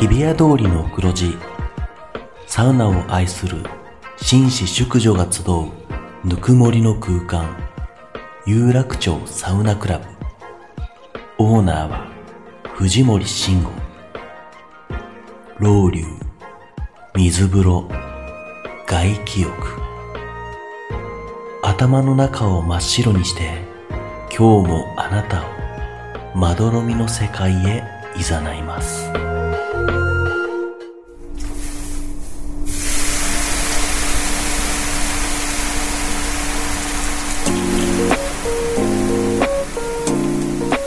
日比谷通りの黒字サウナを愛する紳士淑女が集うぬくもりの空間有楽町サウナクラブオーナーは藤森慎吾老流水風呂外気浴頭の中を真っ白にして今日もあなたをまどろみの世界へ誘います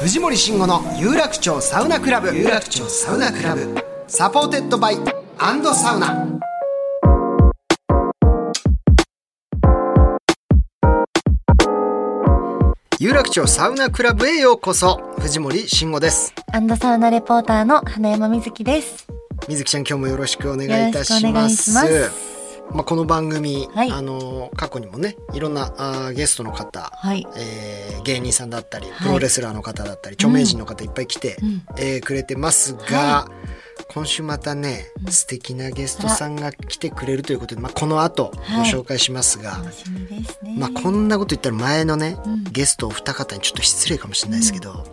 藤森慎吾の有楽町サウナクラブ有楽町サウナクラブサポーテッドバイアンドサウナ有楽町サウナクラブへようこそ藤森慎吾ですアンドサウナレポーターの花山みずきです。水木ちゃん今日もよろしくお願いよいろたししくお願まいすします。まあ、この番組、はいあの過去にもねいろんなあーゲストの方はい。えー芸人さんだったりいプロレスラーの方だったり、著名人の方いっぱい来て、んえーくれてますが、は今週またね素敵なゲストさんが来てくれるということで、まあ、この後ごはい紹介しますが、楽しみですね。まあ、こんなこと言ったら前のね、んゲストお二方にちょっと失礼かもしれないですけど、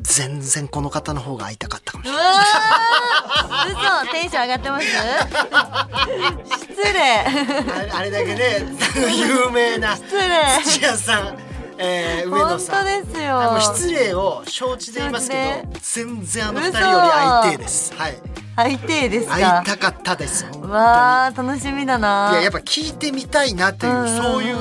全然この方の方が会いたかった かもしれうない。わー嘘テンション上がってます失礼あれあれだけね 有名な失礼土屋さん、えー上本野さん当ですあのよ失礼を承知で言いますけど、全然あの二人より相手です。はい、相手です会かいたかったです。本当にわー楽しみだないや、やっぱ聞いてみたいなという、うんうんうんそういう。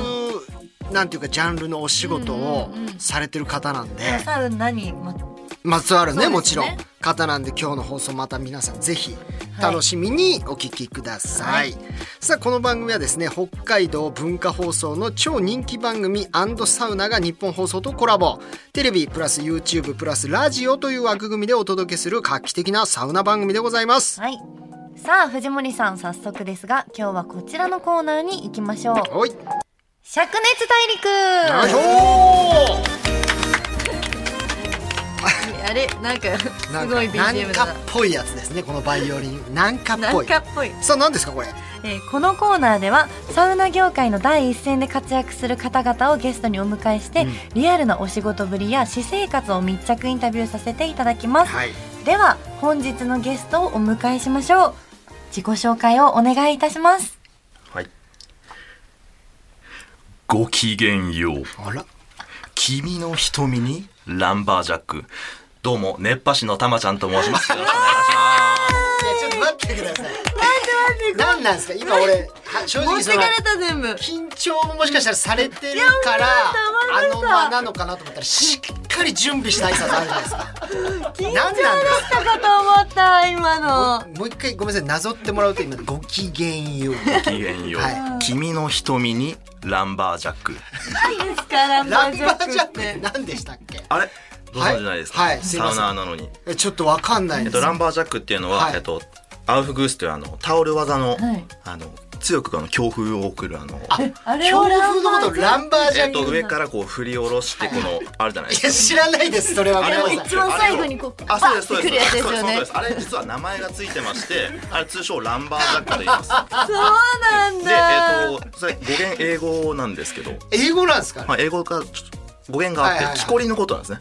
なんていうか、ジャンルのお仕事をされてる方なんで、サウナにままつわるねそうですねもちろん方なんで今日の放送また皆さんぜひ楽しみにお聞きください、さあこの番組はですね北海道文化放送の超人気番組サウナが日本放送とコラボテレビプラス YouTube プラスラジオという枠組みでお届けする画期的なサウナ番組でございますはいさあ藤森さん早速ですが今日はこちらのコーナーに行きましょうおいよ灼熱大いしょ陸あれなんかーすなんごかいなん BGM かだっなぽいやつですねこのバイオリンなんかっなぽんいかっぽいさあ何ですかこれえーこのコーナーではサウナ業界の第一線で活躍する方々をゲストにお迎えして、うんリアルなお仕事ぶりや私生活を密着インタビューさせていただきます、はいでは本日のゲストをお迎えしましょう自己紹介をお願いいたしますはい。ごきげんよう。あら君の瞳にランバージャック。どうも、熱波師のたまちゃんと申します。よろしくお願いしいまやちょっと待ってください。なんなんですか今俺は正直そのた全部緊張ももしかしたらされてるからあいやの思いまし間たなのかなと思ったらしっかり準備した挨拶あるじゃないですか。緊なんなんですかたかと思った今のもう一回ごめんなさいなぞってもらうと今ごきげん よう。す。ごきげんよう。は君の瞳にランバージャック。ですからランバージャックって何でしたっけ？あれご存知ないですか、はいはいすいサませウんナーなのに。えちょっとわかんないえっでと、す。ランバージャックっていうのは、はいえっと、アウフグースというあの、タオル技はの、いあの、強くあの、強風を送るあの、あれ強をラ風ンバのことをージャラッンバージャえッっク。と、上からこう振り下ろして、この、あるじゃないですいやか。知らないですそれはごめんなあれさい。一番最後にこうあ、そうです、そうパッてくるでやつす。ですよねそうですあれ実は名前がついてまして、あれ通称ランバージャックと言い ます。クそうなんで、だえっ、と、それ語源英語なんですけど、英語なんですか？はまあ英語がちょっと語源があって、はいはいはい木こりのことなんですね。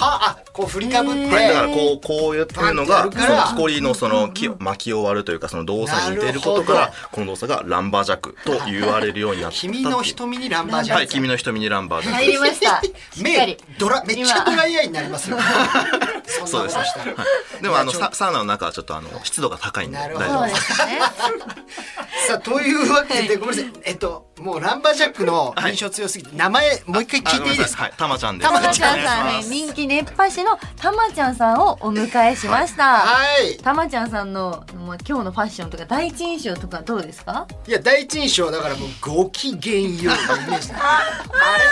あこう振りかぶって。これだからこうこうやってるのパンがってそやるからの木こりのその木を巻き終わるというかその動作に似ていることなかるらほこの動作がランバージャックと言われるようになったっていう君の瞳にランバージャック。はい君の瞳にランバージャック入りましたしっか 目りドラめっちゃドライアイになり ますよ。そそんうなことですねしたら。でもあのいやちょっササウナの中はちょっとあの湿度が高いんでな大るほ丈ど夫でそすうですねさあというわけでごめんなさい。えっともうランバージャックの印象強すぎて名前もう一回聞いていいですか。あごめんなさはい、たまちゃんです。たたままちちゃゃんんささんん、ね人気熱波師のたまちゃんさんをお迎えしました。はい。たまちゃんさんの、まあ、今日のファッションとか第一印象とかどうですかいや第一印象だからもうご機嫌ようのイメー ジだあれ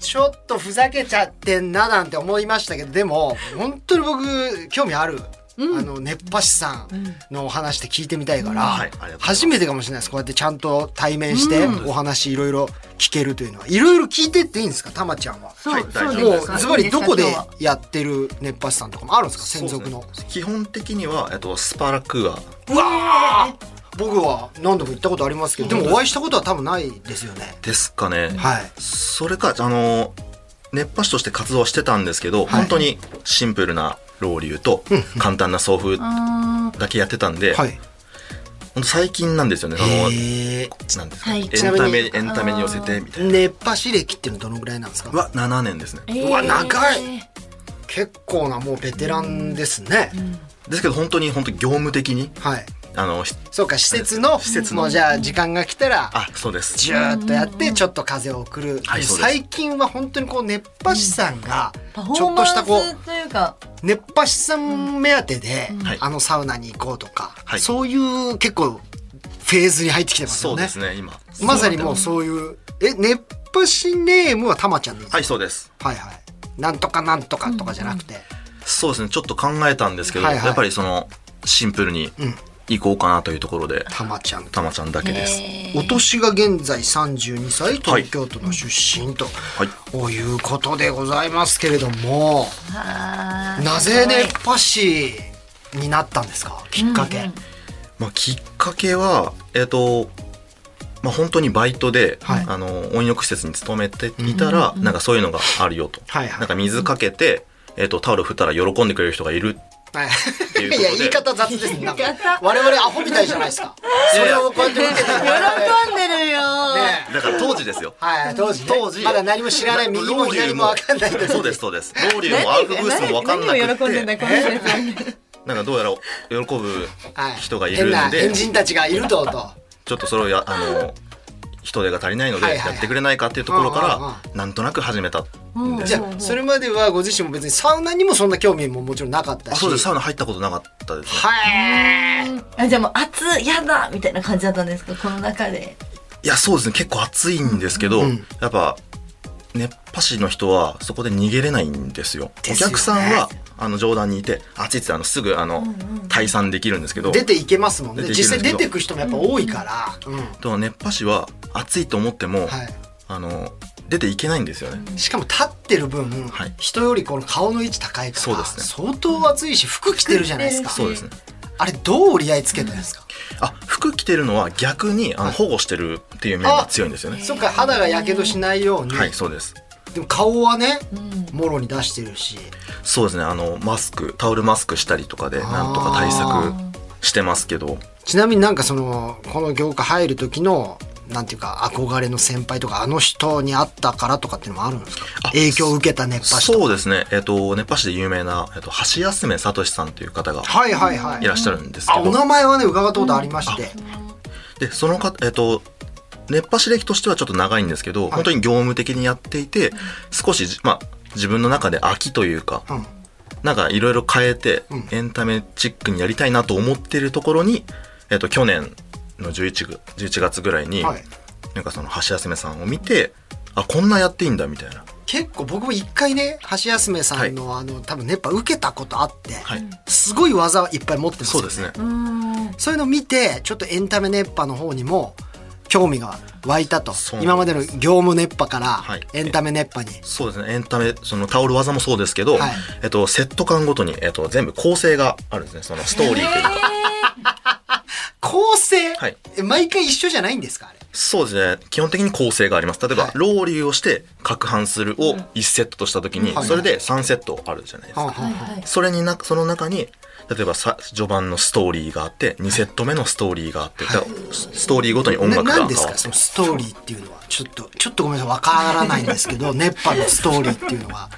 ちょっとふざけちゃってんななんて思いましたけどでも本当に僕興味あるあの熱波師さんのお話で聞いてみたいから、はいありがとうございます初めてかもしれないですこうやってちゃんと対面してお話いろいろ聞けるというのはいろいろ聞いてっていいんですかたまちゃんは。そう、はいそう大で丈も夫ですすうズバリどこでいいすか今日はやってる熱波師さんとかもあるんですか専属のそう。ですね基本的にはえっとスパラクアうわー僕は何度も行ったことありますけどでもお会いしたことは多分ないですよね。ですかね、はい。それかあの熱波師として活動はしてたんですけど、はい本当にシンプルなロウリュと簡単な送風あーだけやってたんで、はい。本当最近なんですよねそのへーなんですはかいエンちなみタにメエンタメに寄せてみたいな熱波師歴っていうのはどのぐらいなんですか。は7年ですねえーうわ長い結構なもうベテランですね。ですけど本当に本当業務的にはい。あのひそうか施設の施設のもうじゃあ時間が来たらあそうですジューッとやってちょっと風を送る、はいそうです最近は本当にこう熱波師さんがパフォちょーっとマしたこうンスというか熱波師さん目当てではいあのサウナに行こうとか、はいそういう結構フェーズに入ってきてますそようねですね今まさにもうそういうえ熱波師ネームはたまちゃんです、はいそうですはいはいなんとかなんとかとかじゃなくて、そうですねちょっと考えたんですけど、はいはいやっぱりそのシンプルにうん行こうかなというところで、たまちゃんたまちゃんだけです、お年が現在32歳東京都の出身と、はいい、うことでございますけれどもあーなぜ熱波師になったんですかきっかけ、まあ、きっかけはえっ、とまあ本当にバイトで、はいあの温浴施設に勤めていたら、なんかそういうのがあるよと、はいはいなんか水かけて、えっとタオル振ったら喜んでくれる人がいるはいていうこといでや言い方雑ですねなんか言い方我々アホみたいじゃないですかそれをこうやって見てて我々ね喜んでるよだから当時ですよはい当時ね当時まだ何も知らない右も左も分かんないけそどうですそう ですロウリュもアウフグースも分かんな何を喜くんでてんだこの人たちなんかどうやら喜ぶはい人がいるん変で、な変人たちがいるととちょっとそれをやあの人手が足りないのではいはいはいやってくれないかっていうところうんうんからなんとなく始めたんですじゃあそれまではご自身も別にサウナにもそんな興味ももちろんなかったあしそうですサウナ入ったことなかったですねはいあじゃあもう暑いやだみたいな感じだったんですかこの中でいやそうですね結構暑いんですけど、うんやっぱ熱波師の人はそこで逃げれないんですよですよねお客さんはあの上段にいて暑いってあのすぐあの、退散できるんですけど出ていけますもんね出ていける実際んです出けどてく人もやっぱ多いから、うんと熱波師は暑いと思っても、はあの出ていけないんですよね、い、しかも立ってる分、はい人よりこの顔の位置高いからそうですね相当暑いし服着てるじゃないですかそうですねあれどう折り合いつけたんですか、あ服着てるのは逆にあの保護してるっていう面が強いんですよねそっか肌がやけどしないように、はいそうですでも顔はねうんもろに出してるしそうですねあのマスクタオルマスクしたりとかでなんとか対策してますけどちなみになんかそのこの業界入る時のなんていうか憧れの先輩とかあの人に会ったからとかっていうのもあるんですかあ影響を受けた熱波師とかそうですねえっ、と熱波師で有名な、えっと橋休め聡さんという方がはいはいはいいらっしゃるんですけあおど、名前はね伺ったことありまして、でその方えっ、と熱波師歴としてはちょっと長いんですけど、い本当に業務的にやっていて少しじまあ自分の中で飽きというか、うんなんかいろいろ変えて、うんエンタメチックにやりたいなと思ってるところに、えっと去年の 11, ぐ11月ぐらいに、はいなんかその橋休めさんを見てあこんなやっていいんだみたいな結構僕も一回ね橋休めさんの、あの多分熱波受けたことあって、はいすごい技はいっぱい持ってますそようですねうんそういうのを見てちょっとエンタメ熱波の方にも興味が湧いたとそう今までの業務熱波から、はいエンタメ熱波にそうですねエンタメそのタオル技もそうですけど、はいえっとセット間ごとに、えっと、全部構成があるんですねそのストーリーというか、構成、はいえ毎回一緒じゃないんですかあれそうですね基本的に構成があります例えば、はいローリューをして攪拌するを1セットとした時に、はいそれで3セットあるじゃないですか、はんはんはんそれになその中に例えばさ序盤のストーリーがあって2セット目のストーリーがあって、だからスストーリーごとに音楽がな変なわんっですかてそのストーリーっていうのはちょっとちょっとごめんなさいわからないんですけ ど熱波のストーリーっていうのは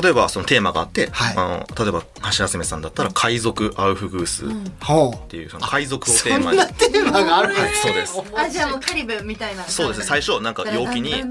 例えばそのテーマがあって、はいあの例えば橋休めさんだったら「海賊アウフグース」っほうていうその海賊をテそーんマになテーマがあるんですかそうですあじゃあもうカリブみたいなそうですね最初なんか陽気に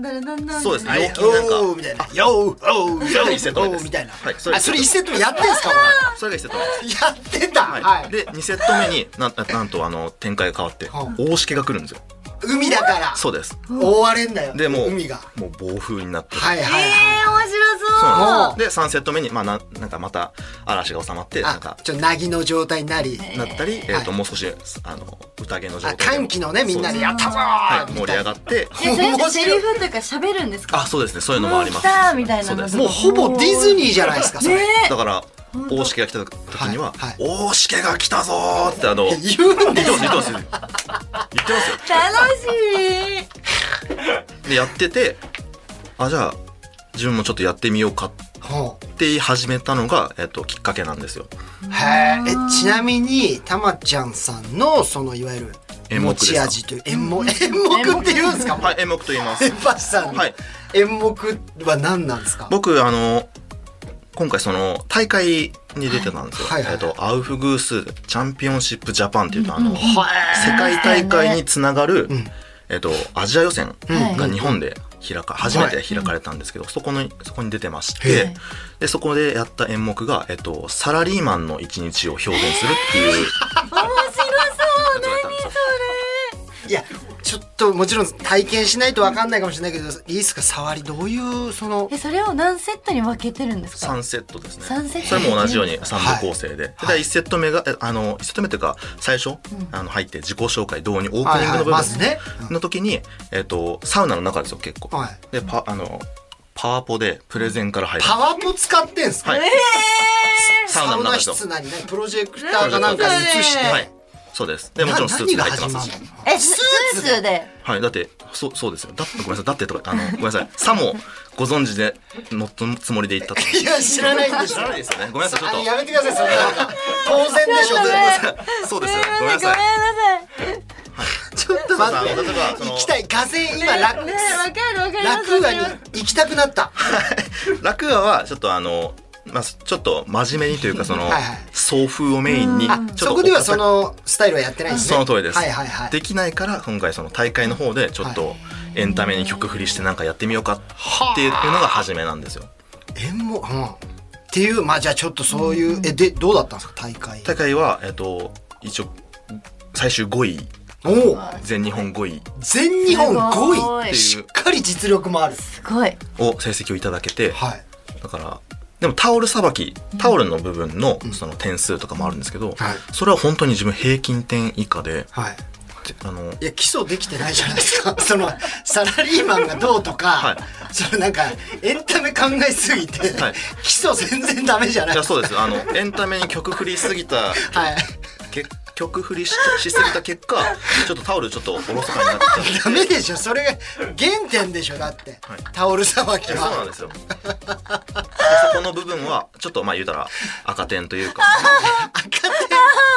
そうですねはい陽気になんかおーみたいな。よーおーそれがよ一セット目ーですみたいな。はいそれあ、それ一セット目やってんすかこそれが1セット目ですれ。やってた。は、はいい。で2セット目にななんとあの展開が変わっては大しけが来るんですよ海だからそうです覆われんだよ。でもう海が。もう暴風になってはいはいえー面白そそうなんおうですで3セット目に、まあ、ななんかまた嵐が収まってなんあかちょっとなぎの状態になりなったり、えはいー、ともう少しあの宴の状あ態で歓も喜のねみんなでやったぞはーい、み盛たいり上がなってえそれって面セ白リいフとか喋るんですかあそうですねそういうのもあります来たみたいなそうですもうほぼディズニーじゃないです かそれねだから大しけが来た時にははいはい「大しけが来たぞ!」ってあの言って言うんですます言っよてます言ってますよえ楽しいでやっててあじゃあ自分もちょっとやってみようかほうって言い始めたのが、えっと、きっかけなんですよへーえちなみにたまちゃんさんのそのいわゆる演目持ですかち味という演目演目って言うんですかはい演目と言いますエンパシさんのはい演目は何なんですか僕あの今回その大会に出てたんですよ、はいはいはいえっと、アウフグースチャンピオンシップジャパンっていうとあの、世は界大会につながる、んえっと、アジア予選うんが日本で開か、初めて開かれたんですけど、そこのそこに出てまして、はいでそこでやった演目が、えっと、サラリーマンの一日を表現するっていう、 面白そうやつをやったんですよいいやちょっともちろん体験しないと分かんないかもしれないけどいいですか触りどういうそのえそれを何セットに分けてるんですか3セットですね三セットそれも同じように3部構成で,、はでい1セット目がえあの1セット目というか最初、あの入って自己紹介導入オープニングのはいは部分、いまずねうんの時に、えっとサウナの中ですよ結構、はいでパあのパワポでプレゼンから入るパワポ使ってんすか、はいえササウナウのナ中ですよ室なりねプロジェクターかなんか映して、はいそうですでもちろんスーツ何がが入って始ままするのしーえスーツではいだってそそうですよだってごめんなさいだってとかあのごめんなさいさもご存知でのつもりで言ったといや知らないんです知よらないですよねごめんなさいちょっあとのやめてくださいそれなんか当然でしょなんだね そうですえよねーごめんなさいちょっと待ってそうそう例えばその行きたい風今ごめんなさい楽ねわかるわかります楽わか屋りにます行きたくなった楽アはちょっとあの、まあ、ちょっと真面目にというかそのはいはい送風をメインにあちょっとそこではお堅そいのスタイルはやってないんですねその通りです、はいはいはいできないから今回その大会の方でちょっとエンタメに曲振りしてなんかやってみようかっていうのが初めなんですよ演目うんっていうまあじゃあちょっとそういうえでどうだったんですか大会大会は、えっと、一応最終5位おお全日本5位全日本す5ご位いっていうしっかり実力もあるすごいを成績をいただけてはいだからでもタオルさばきタオルの部分のその点数とかもあるんですけど、はいそれは本当に自分平均点以下ではいてあのいや基礎できてないじゃないですか そのサラリーマンがどうとか、はいそのなんかエンタメ考えすぎて、はい基礎全然ダメじゃないいやそうですあのエンタメに曲振りすぎたはいけ曲振りししすぎた結果ちょっとタオルちょっとおろそかになってきちゃダっメでしょそれが原点でしょだって、はいタオルさばきてそうなんはですよでそこの部分はちょっとまあ言うたら赤点というか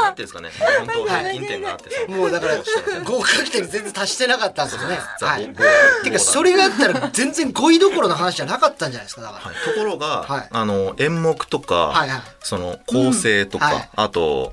なんていうんですかねもう本当平均点があってもうだからどしても合格点全然達してなかったんですよね ザはいゴーゴーてかそれがあったら全然5位どころの話じゃなかったんじゃないですかだから、はい、ところが、はいあの演目とか、はいはいその構成とか、うんはいあと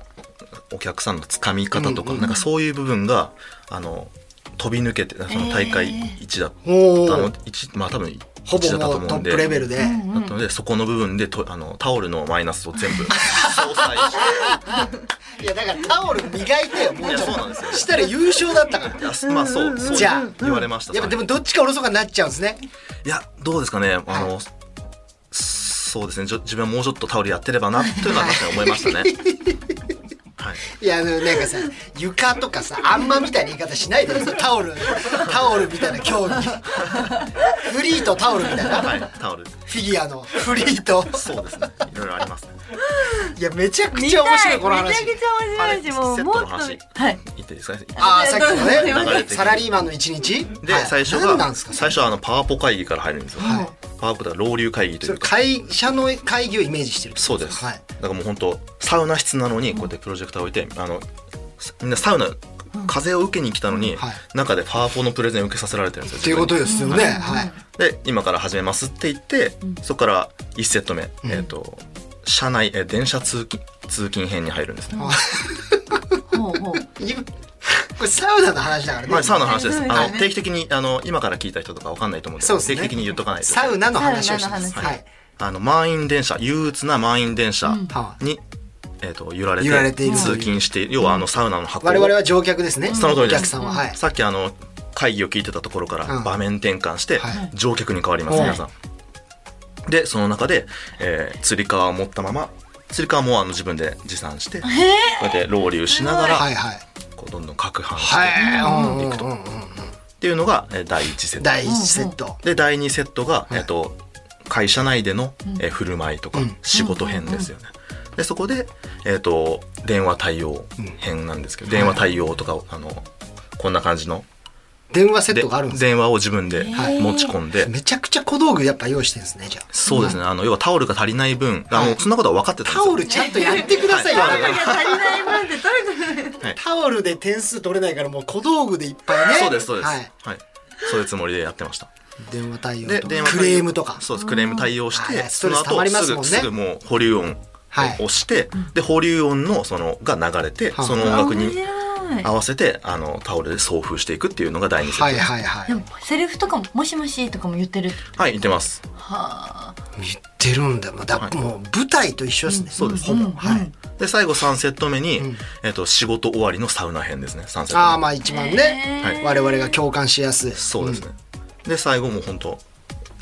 お客さんのつかみ方とか、うんうんなんかそういう部分があの飛び抜けてその大会1だったおーの、一まあ多分ほぼ1だったともう思トうんッでプレベルで、だったのでそこの部分でとあのタオルのマイナスを全部相殺していやだからタオル磨いてよもうちょいやそうなんっですよとしたら優勝だったからいやすまあそうそうじゃあ言われましたやっぱでもどっちかおろそかになっちゃうんですねいやどうですかねあの、そうですねじょ自分はもうちょっとタオルやってればなというのは確かに思い ましたね。はいいやあのなんかさ床とかさあんまみたいな言い方しないでよタオルタオルみたいな競技フリーとタオルみたいなはい、タオル。フィギュアのフリーとそうですね。いろいろあります、ね。いやめちゃくちゃ面白いこの話めちゃくちゃ面白いしもうセッもトっのと話。はい。いっていいですかね。ああさっきのすいませねんサラリーマンの一日で、はい最初何なんが、ですか最初はあの、パワポ会議から入るんですよ。はいパワポとは老流会議とそれいうか。会社の会議をイメージしてるってこそとうです。かだからもう本当、サウナ室なのに、こうやってプロジェクター置いて、あの、さみんなサウナ、風を受けに来たのに、はい中でパワポのプレゼン受けさせられてるんですよ。っていうこと自ですよねはい分にで、今から始めますって言って、そこから1セット目、えっ、と、車内、えー電車通勤、通勤編に入るんですね。ほうほう。い これサウナの話だからね、まあ、サウナの話です。はいあの、定期的に、あの、今から聞いた人とかわかんないと思うんで、そうです定ね期的に言っとかないと。サウナの話をしてサウナまのす話はいあの、満員電車、憂鬱な満員電車に、はえっ、と、揺られて、揺られている通勤して、要はあの、サウナの箱を我々は乗客ですねその通りでおす客さんははいさっきあの、会議を聞いてたところからうん場面転換してはい、乗客に変わります、はい皆さん。でその中で、えー、釣り革を持ったまま釣り革もあの自分で持参して、こうやってロウリュしながら、はいはいこうどんどん攪拌して、はい、うんうんうんっていうのが、えー第1セット第1セット、で第2セットが、いえっと会社内での、えー振る舞いとか、仕事編ですよね。でそこで、えっと電話対応編なんですけど、電話対応とかをあのこんな感じの電話セッでトがあるんですね電話を自分で持ち込んで。めちゃくちゃ小道具やっぱ用意してるんですねじゃあそうですね、あの要はタオルが足りない分、あのそんなことは分かってたんですタよオルちゃんとやってくださいよ、はいいや足りない分ってどれぐらいタオルで点数取れないからもう小道具でいっぱいねそうですそうです、ははいい、そういうつもりでやってました。電話対応でと電話対ク応レームとかそうですクレーム対応して、はいストそレのス溜ま後りますすぐもんねすぐもう保留音をはい押して、で保留音のそのが流れて、はいその音楽面に白い合わせてあのタオルで送風していくっていうのが第二セットはいです。ははいい、はいでもセリフとかも「もしもし」とかも言ってる言ってます。はあ言ってるんだもうだ、はいもう舞台と一緒ですね、そうですほぼ、うんはい、うんで最後三セット目に、んえっと仕事終わりのサウナ編ですね。三セット目。ああまあ一番ね、はい我々が共感しやすいそうですね。で最後もう本当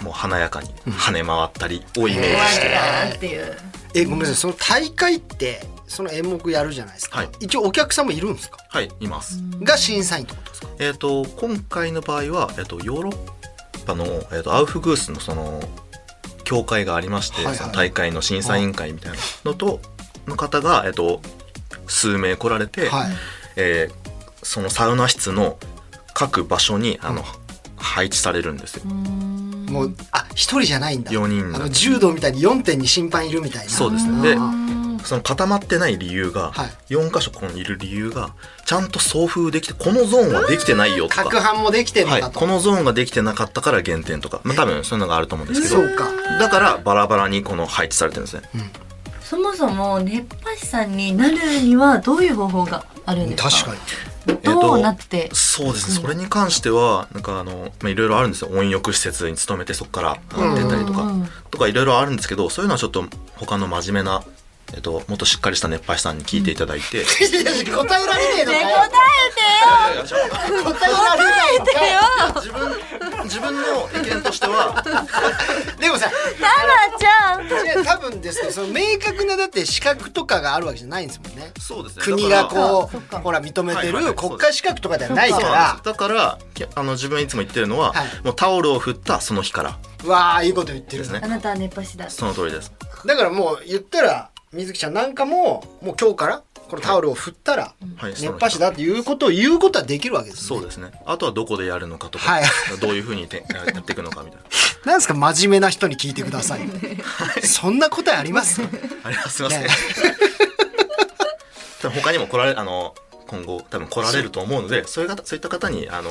もう華やかに跳ね回ったりをイメージして、あーっていうえごめんなさいその大会ってその演目やるじゃないですか、はい一応お客さんもいるんですかはいいます。が審査員ってことですかえっ、と今回の場合は、えっとヨーロッパの、えっとアウフグースのその協会がありまして、はいはいその大会の審査委員会みたいなのとの方が、えっと数名来られて、はいえーそのサウナ室の各場所にあの、配置されるんですよ。もうあ一人じゃないんだ四人あの柔道みたいに4点に審判いるみたいなそうですねでその固まってない理由が、はい4箇所ここにいる理由がちゃんと送風できてこのゾーンはできてないよと各か、班もできてるんはい、だと、このゾーンができてなかったから減点とか、まあ、多分そういうのがあると思うんですけどそうかだからバラバラにこの配置されてるんですね。そもそも熱波師さんになるにはどういう方法があるんですか確かに えっとどうなってそうですね。それに関してはなんかあのまあいろいろあるんですよ。温浴施設に勤めてそこからあの出たりとか、うんとかいろいろあるんですけど、そういうのはちょっと他の真面目なえっともっとしっかりした熱波師さんに聞いていただい て。いやいや答えられねえのねか答よいやいや答えられないのえかてよよ自分自分の意見としてはでもさタラちゃん違う多分ですけどその明確なだって資格とかがあるわけじゃないんですもんねそうですね。国だがからこそっうかほら認めてはいはるい国家資格とかではないそかうなんらですだからきあの自分いつも言ってるのは、はいもうタオルを振ったその日からうわあいいこと言ってるですねあなたは熱波師だその通りです。だからもう言ったら水木ちゃんなんかももう今日からこのタオルを振ったらはい熱波師だっていうことを言うことはできるわけですねそうですね。あとはどこでやるのかとか、はいどういうふうにて やっていくのかみたいな。なんですか真面目な人に聞いてくださいってそんな答えありますありますいませんね。多分他にも来られあの今後多分来られると思うので、そういう方そういった方にあ の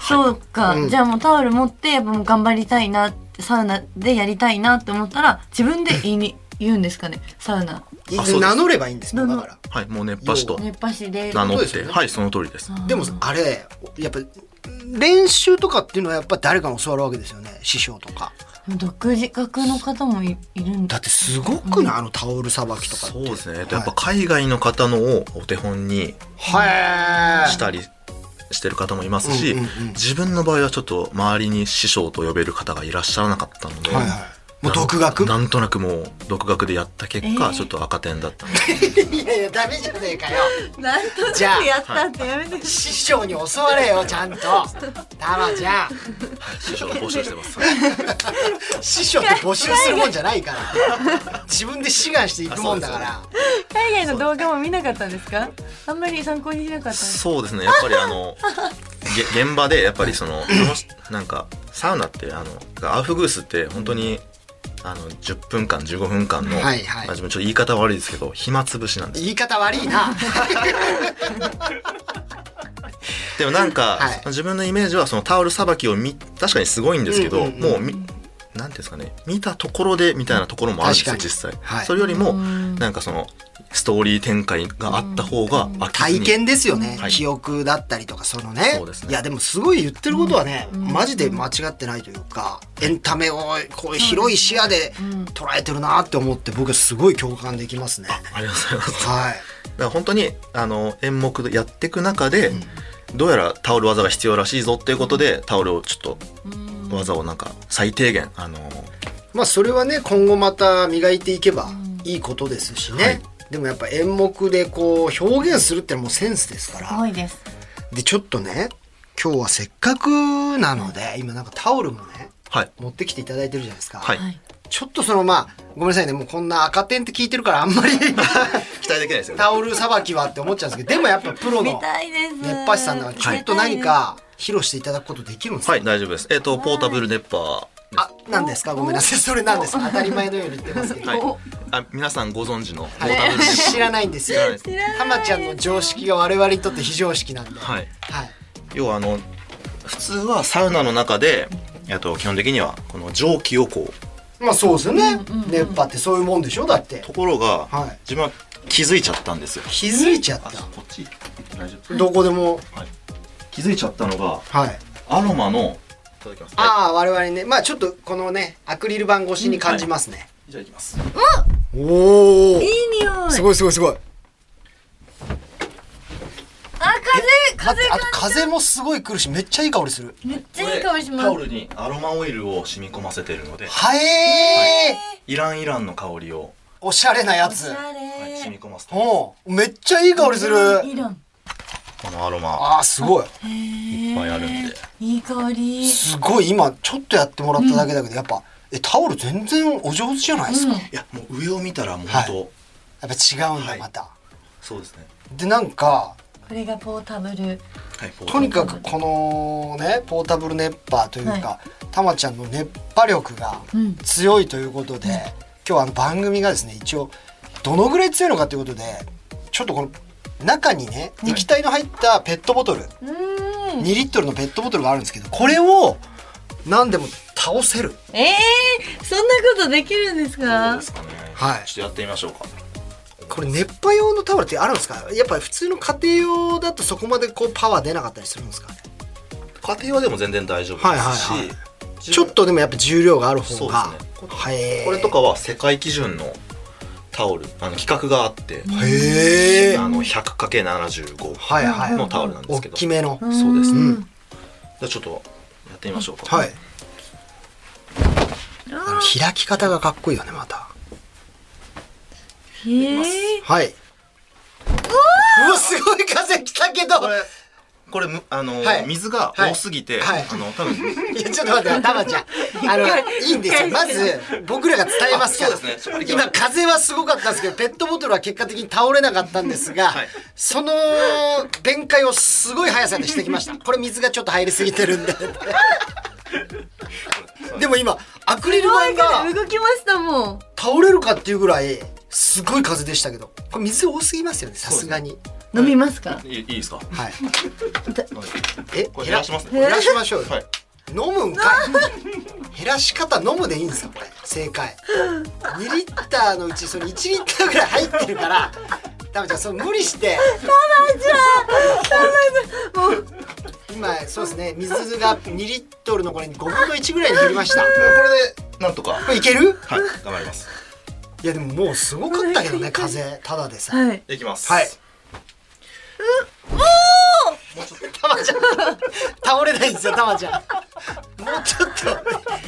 そうか、うんじゃあもうタオル持ってやっぱもう頑張りたいなってサウナでやりたいなって思ったら自分で言いに言うんですかねサウナあそうです名乗ればいいんですもんだからはいもう熱波師と熱波師で名乗そうっですて、よねはいその通りです。でもあれやっぱ練習とかっていうのはやっぱ誰かに教わるわけですよね師匠とか独自学の方もいいるんだだってすごくない、あのタオルさばきとかってそうですね。えっとやっぱ海外の方のをお手本にはいしたりしてる方もいますし、うんうんうん自分の場合はちょっと周りに師匠と呼べる方がいらっしゃらなかったので、はいはいもう独学なんなんとなくもう独学でやった結果、えーちょっと赤点だったので いやいやダメじゃねえかよなんとなじゃあくやったってやめて師匠に教われよちゃんとタマちゃん師匠が募集し てます。師匠って募集するもんじゃないから自分で志願していくもんだから海外の動画も見なかったんですかあんまり参考にしなかったそうですね。やっぱりあのげ現場でやっぱりそのなんかサウナってあのアウフグースって本当に。あの10分間15分間の、はいはいまあ自分ちょっと言い方悪いですけど暇つぶしなんですよ言い方悪いなでもなんか、はい自分のイメージはそのタオルさばきを見確かにすごいんですけど、うんうんうんもうみなんていうんですかね見たところでみたいなところもあるんですよ確かに実際、はいそれよりもなんかそのストーリー展開があった方が飽きず体に験ですよね、はい記憶だったりとかそのねそうですねいやでもすごい言ってることはね、マジで間違ってないというかエンタメをこう広い視野で捉えてるなって思って僕はすごい共感できますね。ありがとうございますだかはい、ら本当にあの演目でやっていく中で、どうやらタオル技が必要らしいぞっていうことでタオルをちょっと技をなんか最低限あのまあそれはね今後また磨いていけばいいことですしね、はいでもやっぱ演目でこう表現するってのもセンスですからすごいです。でちょっとね今日はせっかくなので今なんかタオルもねはい持ってきていただいてるじゃないですか、はい、はい。ちょっとそのまあごめんなさいねもうこんな赤点って聞いてるからあんまり 期待できないですよねタオルさばきはって思っちゃうんですけどでもやっぱプロ見のたいです。熱波師さんだからちょっと何か披露していただくことできるんですか、はい大丈夫ですえっ、とポータブル熱波ですあ、なんですかごめんなさいそれなんですか当たり前のように言ってますけど、はいお、あ皆さんご存知のポータはブルい、熱知らないんですよ知らないです。たまちゃんの常識が我々にとって非常識なんで。波はいはい。要はあの普通はサウナの中で、えっと、基本的にはこの蒸気をこうまあそうですよねうんうんう。ん熱波ってそういうもんでしょだってと。ころが、はい自分は気づいちゃったんですよ気づいちゃっあた。こっち大丈夫どこでも。気づいちゃったのがはい。アロマのいただきますああ、我々ね。まあちょっとこのね、アクリル板越しに感じますね。いじゃあいきますおおいい。匂い。すごいすごいすごい。あ、風、待っ風て、があと風もすごい来るし、めっちゃいい香りする。めっちゃいい香りしますタオ。ルにアロマオイルを染み込ませてるのではえー。イランイランの香りを、おしゃれなやおしつ。ゃはい染みれ。込ませてこおめっちゃいい香りする。イラン。のアロマああ、すごい。いいっぱいあるんで。いい香り。すごい今ちょっとやってもらっただけだけど、やっぱえタオル全然お上手じゃないですか、うんやいやもう上を見たらもうはい本当、っぱ違うんはだいまた、そうですねでなんかこれがポータブル。はいポータとブにルかくこのねポータブル熱波というか、たまちゃんの熱波力がうん強いということで、今日あの番組がですね一応どのぐらい強いのかということでちょっとこの中にね液体の入ったペットボトル、うー2ん。リットルのペットボトルがあるんですけどこれを何でも倒せるええー、そんなことできるんですどうかで。すかねはいちょっとやってみましょうかこれ熱波用のタオルってあるんですかやっぱり普通の家庭用だとそこまでこうパワー出なかったりするんですかね家庭はでも全然大丈夫ですし、はいはいは自分ちょっとでもやっぱ重量がある方がそうですねへえこれとかは世界基準のタオルあの規格があっへて、えあの 100×75 はいはいのタオルなんで大すけど、きめのーんそうですねじゃあちょっとやってみましょうか、はいあの開き方がかっこいいよねまたへえ。はいうわすごい風来たけどこれこれむあの、はい水が多すぎて、はいあの多分いやちょっと待ってたまちゃんあのいいんですよまず僕らが伝えますからあそうですね今風はすごかったんですけどペットボトルは結果的に倒れなかったんですが、はいその弁解をすごい速さでしてきましたこれ水がちょっと入りすぎてる んででも今アクリル板が動きましたもん。倒れるかっていうぐらいすごい風でしたけどこれ水多すぎますよねさすがに、飲みますか。いいいですか、はい、はいえこれ減らします減らしましょうよ、はい飲むんかい減らし方飲むでいいんですかこれ正解2リッターのうちその1リッターぐらい入ってるからたまちゃんその無理して今そうですね水が2リットルのこれに5分の1ぐらいに減りましたこれでなんとかこはいれいける頑張りますいやでももうすごかったけ どね風ただでさ、はい。いきますはいたまちゃん倒れないんですよたまちゃんもうちょっと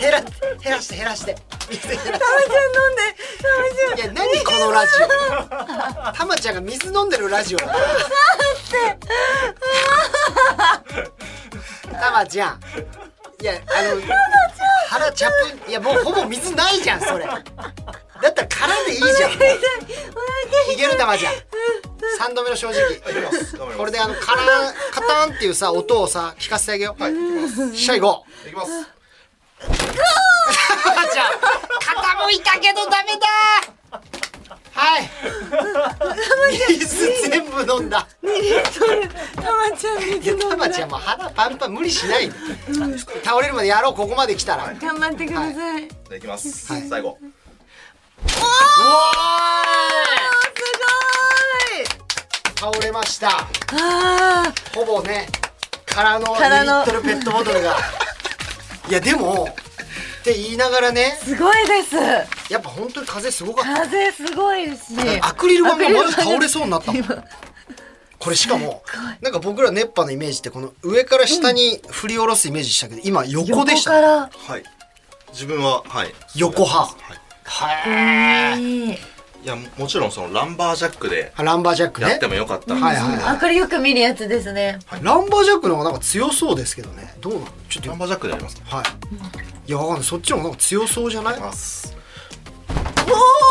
減ら減らして減らして水減らしてタマちゃん飲んで。タマいちゃん。や何このラジ オたまちゃんが水飲んでるラジオだたまちゃんいやあの腹チャプいやもうほぼ水ないじゃんそれだったら空でいいじ ゃんいけるたまちゃん3度目の正直いきます頑張りますこれであのカランカタンっていうさ音をさ聞かせてあげようはいしゃいこういきますたまちゃん傾いたけどダメだはい水全部飲んだタマちゃん水飲んたまでちゃんもう腹パンパン無理しないで倒れるまでやろうここまで来たら、頑張ってください。おーじゃあいきます、はい最後うおーいすごい。倒れましたああ。ほぼね空の2空リのットルペットボトルがいやでもって言いながらねすごいです。やっぱ本当に風すごかった風すごいし。アクリル板がまず倒れそうになったもん今これしかもなんか僕ら熱波のイメージってこの上から下に振り下ろすイメージしたけど今横でした横かねらはい自分ははい横派はいはいいいいやももちろんそのランバージャックでランバージャックやっねてもよかったんですはいけど、はいあこれよく見るやつですねランバージャックの方がなんか強そうですけどねどうなのちょっとランバージャックでやりますかはいいやわかんないそっちの方がなんか強そうじゃないいます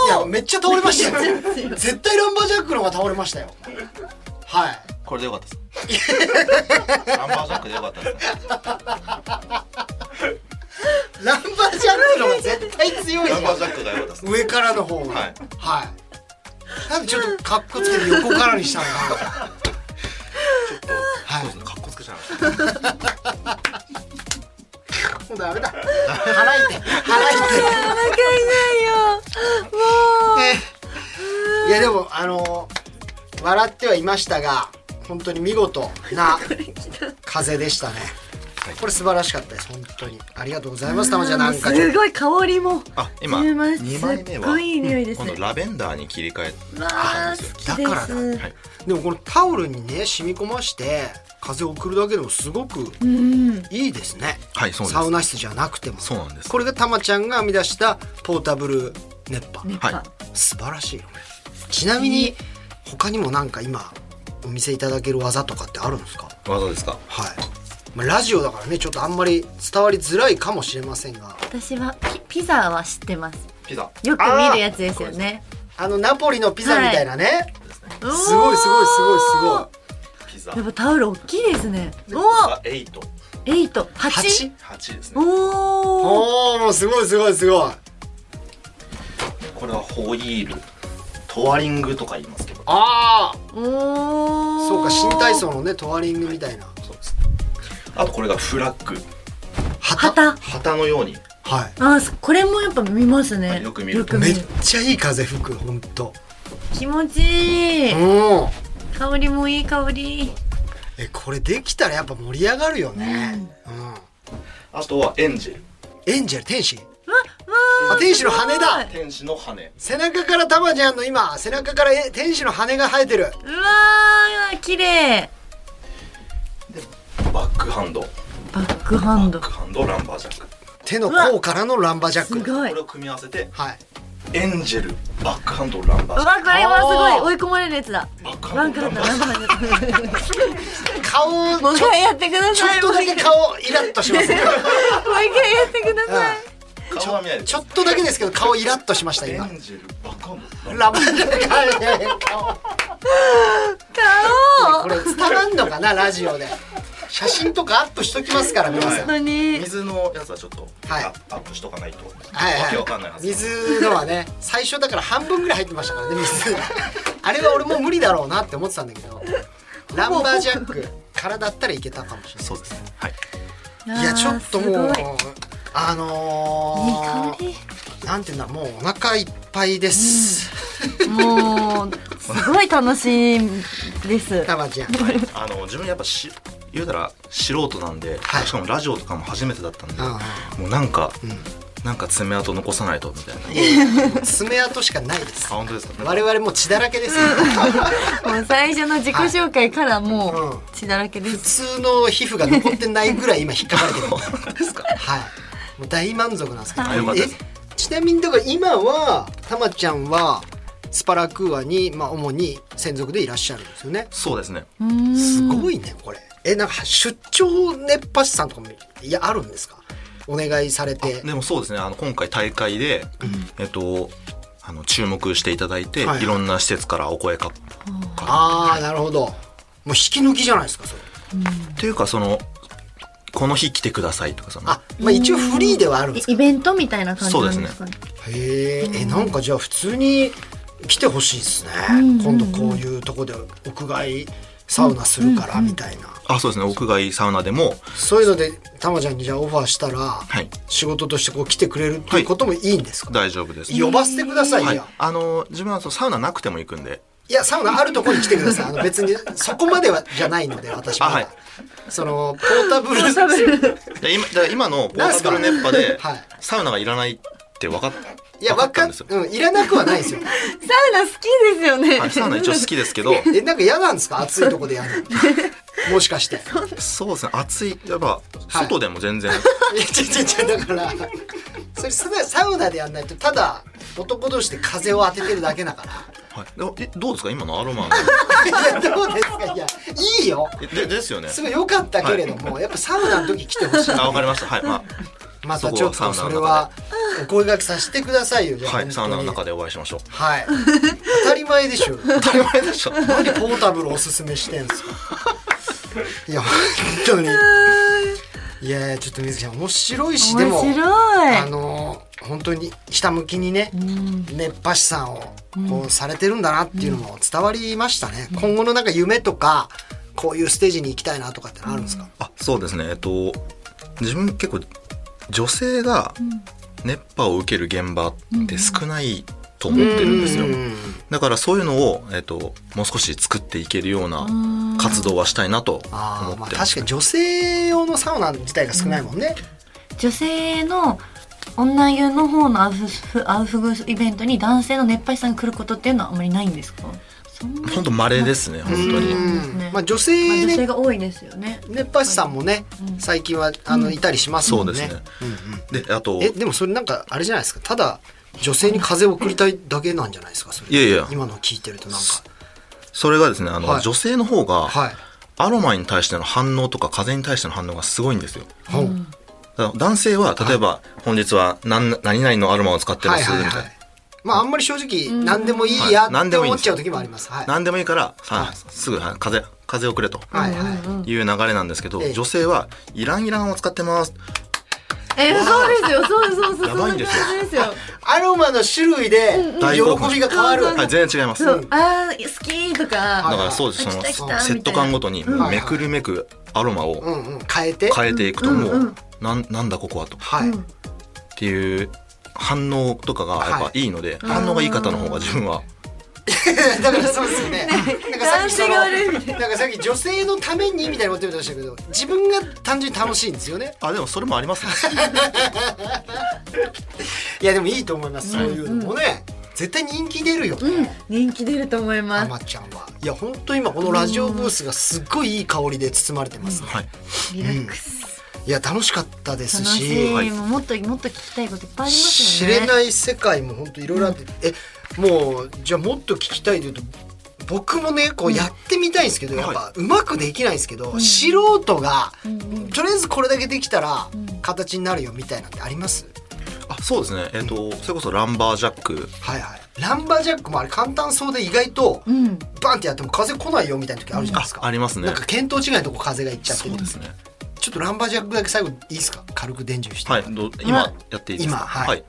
やめっちゃ倒れましたよ絶対ランバージャックの方が倒れましたよはいこれでよかったですランバージャックでよかったですねランバージャックの方が絶対強いじゃラんンバージャックがよかったですね上からの方がはいはいなんでちょっとカッコつけて横からにしたのか なちょっとはいそうですねかっこつけちゃいましたもうダメ だ払いて払いお腹痛いよも うていやでもあの笑ってはいましたが本当に見事な風でしたねこれ素晴らしかったです本当にありがとうございますたまちゃんなんかちょっすごい香りもあ今充満し2枚目すっごはいいい匂いです今ね度ラベンダーに切り替えわたあんですよ好きだからだですはいとでもこのタオルにね染み込まして風を送るだけでもすごくうんいいですねはいそうですサウナ室じゃなくてもそうなんですこれがたまちゃんが生み出したポータブル熱波、熱波はい素晴らしいよねちなみに他にもなんか今お見せいただける技とかってあるんですか技ですかはい、まあ、ラジオだからねちょっとあんまり伝わりづらいかもしれませんが私はピピザは知ってますピザよく見るやつですよねあのナポリのピザみたいなね、ですねすごいすごいすごいすごいすごいピザやっぱタオル大きいですねおおが8エイト八八八ですねおおおーもうすごいすごいすごいこれはホイールトワリングとか言いますけどああおおそうか新体操のねトワリングみたいなそうですあとこれがフラッグ旗旗旗のようにはあーこれもやっぱ見ますはねいよく見るいめっちゃいい風吹くほんと気持ちいいうん香りもいい香りえこれできたらやっぱ盛り上がるよね、うんあとはエンジェルエンジェル天使わわあ天使の羽すごいだ天使の羽背中からたまちゃんの今背中からえ天使の羽が生えてるうわー綺麗バックハンドバックハンドバックハンドランバージャック手の甲からのランバージャッすクごいこうれわを組み合わせてはいエンジェルバックハンドランバージャッこれはすおーごい追い込まれるやつだバックハなんンドかラだンっバたージャなッんクかだった顔もう一ちょ回やってくだちょさっいとだけ顔イラッとしますね、もう一回やってください顔は見ないですちょっとだけですけど顔イラッとしましたエ今ンジェルバックハンドランバージャッランバージャック顔顔これ伝わんのかなラジオで写真とかアップしときますから皆さんはい本当クに水のやつはちょっとアはいップアップしとかないとわけわかんないははいず水のはね最初だから半分ぐらい入ってましたからね水あれは俺もう無理だろうなって思ってたんだけどランバージャックからだったらいけたかもしれないそうですねはいいやちょっともあうーすごいいいあの香ー、なんていうんだもうお腹いっぱいです、りもうすごい楽しいですたまちゃんあの自分やっぱし言うたら素人なんで、はいしかもラジオとかも初めてだったんで、あもうなんか、なんか爪痕残さないとみたいな。爪痕しかないですあ本当ですか。我々もう血だらけですよもう最初の自己紹介からもうう血だらけで普す通の皮膚が残ってないぐらい今引っかかれてる々ですか。はいもう大満足なんですけど、あよかったですえちなみにだから今はたまちゃんはスパラクーアに、まあ、主に専属でいらっしゃるんですよねそうですね。うーんすごいねこれえなんか出張熱波師さんとかもいやあるんですかお願いされてでもそうですね。あの今回大会で、えっとあの注目していただいて、はいい、ろんな施設からお声か。かああなるほどもう引き抜きじゃないですかそれというかそのこの日来てくださいとかそのあ、まあ、一応フリーではあるんですかイベントみたいな感じなんですかねへーえなんかじゃあ普通に来てほしいですね、今度こういうとこで屋外サウナするからみたいな、あそうですね。屋外サウナでもそういうのでたまちゃんにじゃあオファーしたら、い仕事としてこう来てくれるっていうこともいいんですか、大丈夫です。呼ばせてくださいよ、はいい。あの自分はそうサウナなくても行くんで。やサウナあるとこに来てくださいあの別 にそこまではじゃないので私は、あはいそのポータブル多分で今だから今のポータブル熱波ではいサウナがいらないってって分かっいや分かわかったんんですよ。うんいらなくはないですよナ好きですよね。はい、サウナ一応好きですけど、えなんか嫌なんですか暑いとこでやる のもしかしてそうですね、暑い、やっぱ、外でも全然、いやちょちょちょだからそれサウナサウナでやんないとただ男同士で風を当ててるだけだからはいえどうですか、今の アロマの。いやどうですかいやいいよえでですよね。すごい良かったけれども、やっぱサウナの時来てほしいあ、わかりました。はい、ままたちょっとそれはお声掛けさせてくださいよじゃあ、あはい、サウナの本当中にでお会いしましょう。はい当たり前でしょ 当たり前でしょ。何ポータブルおすすめしてんすかいや本当にいやいやちょっと水木さん面白いしでも面白い。あのー本当にひたむきにね、熱波師さんをこうされてるんだなっていうのも伝わりましたね、今後のなんか夢とかこういうステージに行きたいなとかってのあるんですか、あ、そうですね。えっと、自分結構、女性が熱波を受ける現場って少ないと思ってるんですよ。うんだからそういうのを、えっと、もう少し作っていけるような活動はしたいなとあ思ーまっあてます。確かに女性用のサウナ自体が少ないもんね、女性の女湯の方のアウフアウフグイベントに男性の熱波師さんが来ることっていうのはあまりないんですかそんな本当稀ですね、本当に。うんねまあ女性まあ女性ねが多いですよね熱波師さんもね、最近はあのいたりしますそもうんね。ですね。で、あと、えでもそれなんかあれじゃないですかただ女性に風を送りたいだけなんじゃないですかそれいやいや今の聞いてるとなんかそれがですね、あの、はい女性の方が、はいアロマに対しての反応とか風に対しての反応がすごいんですよ。ほうだから男性は、例えば、本日は何何々のアロマを使ってはまいす、みはたいいな。はいまああんまり正直何でもいいやはい何ってでもい思いんっですちゃよう時もありますはい何でもいいから、さはいすぐはい風風をくれとはいはいいう流れなんですけど、ええ女性は「イランイランを使ってますえそうですよそうそうそうやそばんいなんですよ感じですよアロマの種類で大興奮喜びが変わ」るはい全然違いますそだうあー好きいとかからそうですあその来た来たみたいなセット感ごとにうんめくるめくアロマうをんうん変えて変えていくともうんううなんなんだここはとっはいていう反応とかがやっぱいいので反応がいい方の方が自分は だからそうですよね。なんかさっきその、男性が悪いみなんかさっき女性のためにみたいなこと言ってましたけど、自分が単純に楽しいんですよね。あでもそれもありますね いやでもいいと思います。そういうのもね、絶対人気出るよ。うん人気出ると思いまあすまちゃんは。いや本当今このラジオブースがすっごいいい香りで包まれてますね。はいリラックスいや楽しかったです楽し、しはいいもっともっと聞きたいこといっぱいあります知よねれない世界も本当いろいろあって、えもうじゃあもっと聞きたいというと。僕もねこうやってみたいんですけど、やっぱうまくできないんですけど、素人が、とりあえずこれだけできたら形になるよみたいなんてあります、あそうですねえっとそれこそランバージャックはいはいランバージャックもあれ簡単そうで意外と、うんバンってやっても風来ないよみたいな時あるじゃないあですか、ありますねなんか見当違いのとこ風がいっちゃってそうるですねちょっとランバージャックだけ最後いいですか軽く伝授して、はいど今やっていいです今かはい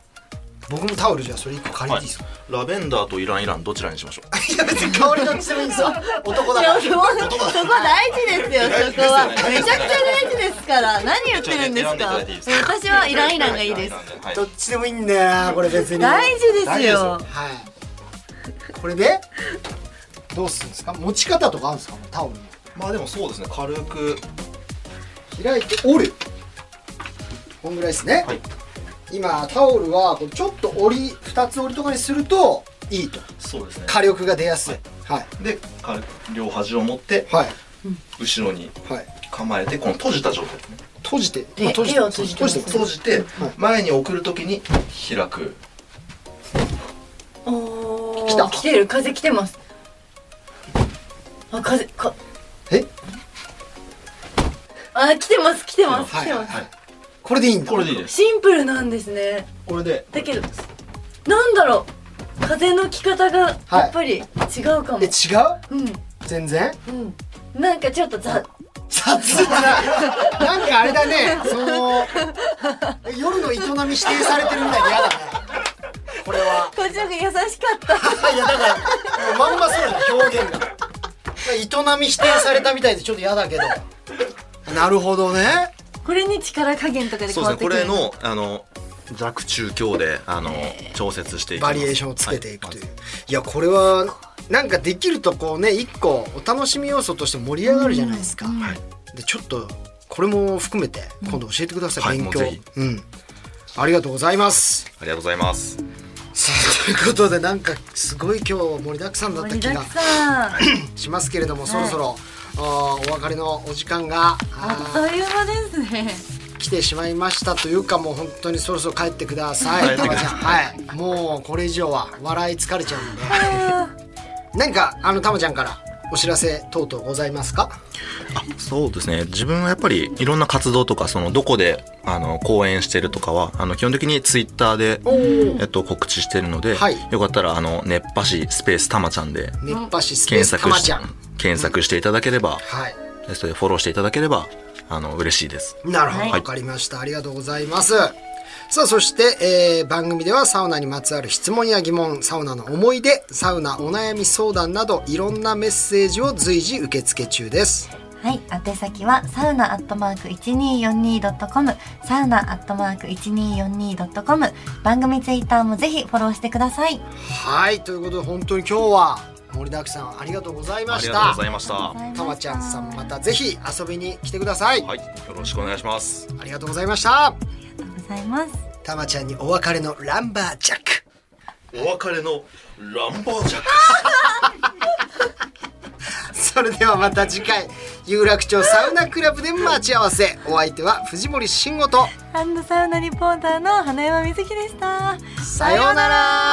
僕もタオルじゃあそれ一個借りはていいですか、い、ラベンダーとイランイランどちらにしましょう い、や別に香りどっちでもいいんですよ男だからそこ大事ですよそこはめちゃくちゃ大事ですから何言ってるんです選んでいたかだいていいですか私はイランイランがいいですはいどっちでもいいんだよな これ別に大事ですよはいこれでどうするんですか持ち方とかあるんですかタオルのまあでもそうですね軽く開いて折るこんぐらいですね、はい今タオルはこれちょっと折り2つ折りとかにするといいとそうですね火力が出やすいはいで軽く両端を持ってはい後ろにはい構えてこの閉じた状態ですね閉じて手あ閉じて手を閉じて閉じて閉じて前に送るときに開くおー来た来てる風来てますあ風かえあ来てます来てますは来いてます、はいこれでいいんだこれでいいですシンプルなんですねこれでだけどなんだろう風の来方がやっぱり違うかも、え違ううん全然うんなんかちょっとざ雑だななんかあれだねその夜の営み指定されてるみたいで嫌だねこれはこっちの方が優しかったいやだからもうまんまそうだ表現が営み否定されたみたいでちょっと嫌だけどなるほどねこれに力加減とかでそ変うでわっすねてこくるれのあの弱中強であの調節していきまバすリエーションをつけていくという、、はいやこれはなんかできるとこうね一個お楽しみ要素として盛り上がるじゃないですか、はいでちょっとこれも含めて今度教えてください、はい勉もう強ぜひうんありがとうございますありがとうございます。さあということでなんかすごい今日盛りだくさんだった盛り気だがくさん。しますけれども、そろそろあーお別れのお時間があっあという間ですね。ー来てしまいましたというかもう本当にそろそろ帰ってください帰ってください玉ちゃんはいもうこれ以上は笑い疲れちゃうんで何かあのたまちゃんからお知らせ等々ございますかそうですね自分はやっぱりいろんな活動とかそのどこであの講演してるとかはあの基本的にツイッターで、えっと、告知してるので、はいよかったらあの熱波師スペースたまちゃんで熱波師スペー検ス索たましちゃん検索していただければ、はいでそれでフォローしていただければあの嬉しいです。なるほど、はわいかりましたありがとうございますさあそして、えー番組ではサウナにまつわる質問や疑問サウナの思い出サウナお悩み相談などいろんなメッセージを随時受付中ですはい、宛先はサウナアットマーク一二四二ドットコム、サウナアットマーク一二四二ドットコム。番組ツイッターもぜひフォローしてください。はいということで本当に今日は盛りだくさんありがとうございまありしがとうたございました。はたまちゃんさんまたぜひ遊びに来てください、い、よろしくお願いします。ありがとうございましたありがとうございます。たまちゃんにお別れのランバージャックお別れのランボージャック。それではまた次回有楽町サウナクラブで待ち合わせお相手は藤森慎吾とハンドサウナリポーターの花山瑞希でした。さようなら